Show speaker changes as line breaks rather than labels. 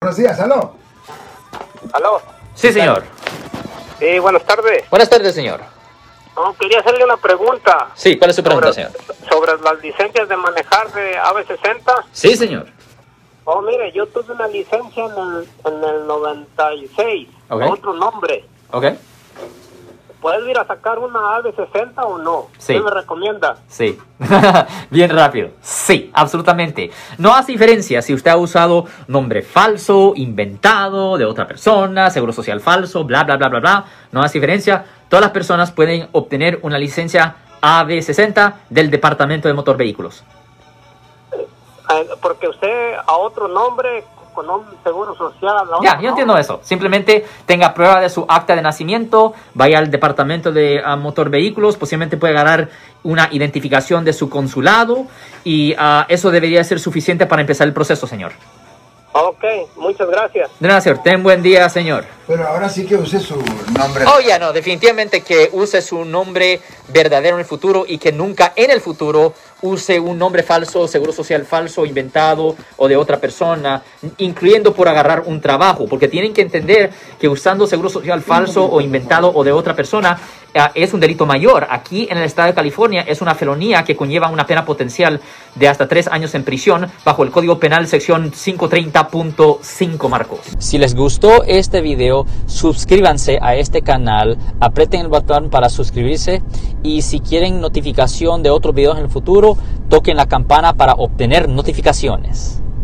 Buenos días, aló.
¿Aló?
Sí, señor.
Sí, buenas tardes.
Buenas tardes, señor.
No, quería hacerle una pregunta.
Sí, ¿cuál es su pregunta,
sobre,
señor?
sobre las licencias de manejar de AB60.
Sí, señor.
Oh, mire, yo tuve una licencia en el, en el 96,
Ok.
con otro nombre.
Ok.
¿Puedes ir a sacar una AB60 o no?
Sí.
¿Qué me recomienda?
Sí. Bien rápido. Sí, absolutamente. No hace diferencia si usted ha usado nombre falso, inventado de otra persona, seguro social falso, bla, bla, bla, bla, bla. No hace diferencia. Todas las personas pueden obtener una licencia AB60 del Departamento de Motor Vehículos.
Eh, Porque usted a otro nombre, con un seguro social. a
Ya,
otro
yo entiendo
nombre.
eso. Simplemente tenga prueba de su acta de nacimiento, vaya al departamento de ah, motor vehículos, posiblemente puede ganar una identificación de su consulado y ah, eso debería ser suficiente para empezar el proceso, señor.
Ok, muchas gracias.
De nada, señor. Ten buen día, señor.
Pero ahora sí que usé su nombre.
Oh, ya no, definitivamente que use su nombre verdadero en el futuro y que nunca en el futuro use un nombre falso, seguro social falso, inventado o de otra persona, incluyendo por agarrar un trabajo, porque tienen que entender que usando seguro social falso o inventado o de otra persona ah, es un delito mayor. Aquí en el estado de California es una felonía que conlleva una pena potencial de hasta tres años en prisión bajo el Código Penal sección 530.5 Marcos.
Si les gustó este video, suscríbanse a este canal, aprieten el botón para suscribirse y si quieren notificación de otros videos en el futuro, toquen la campana para obtener notificaciones.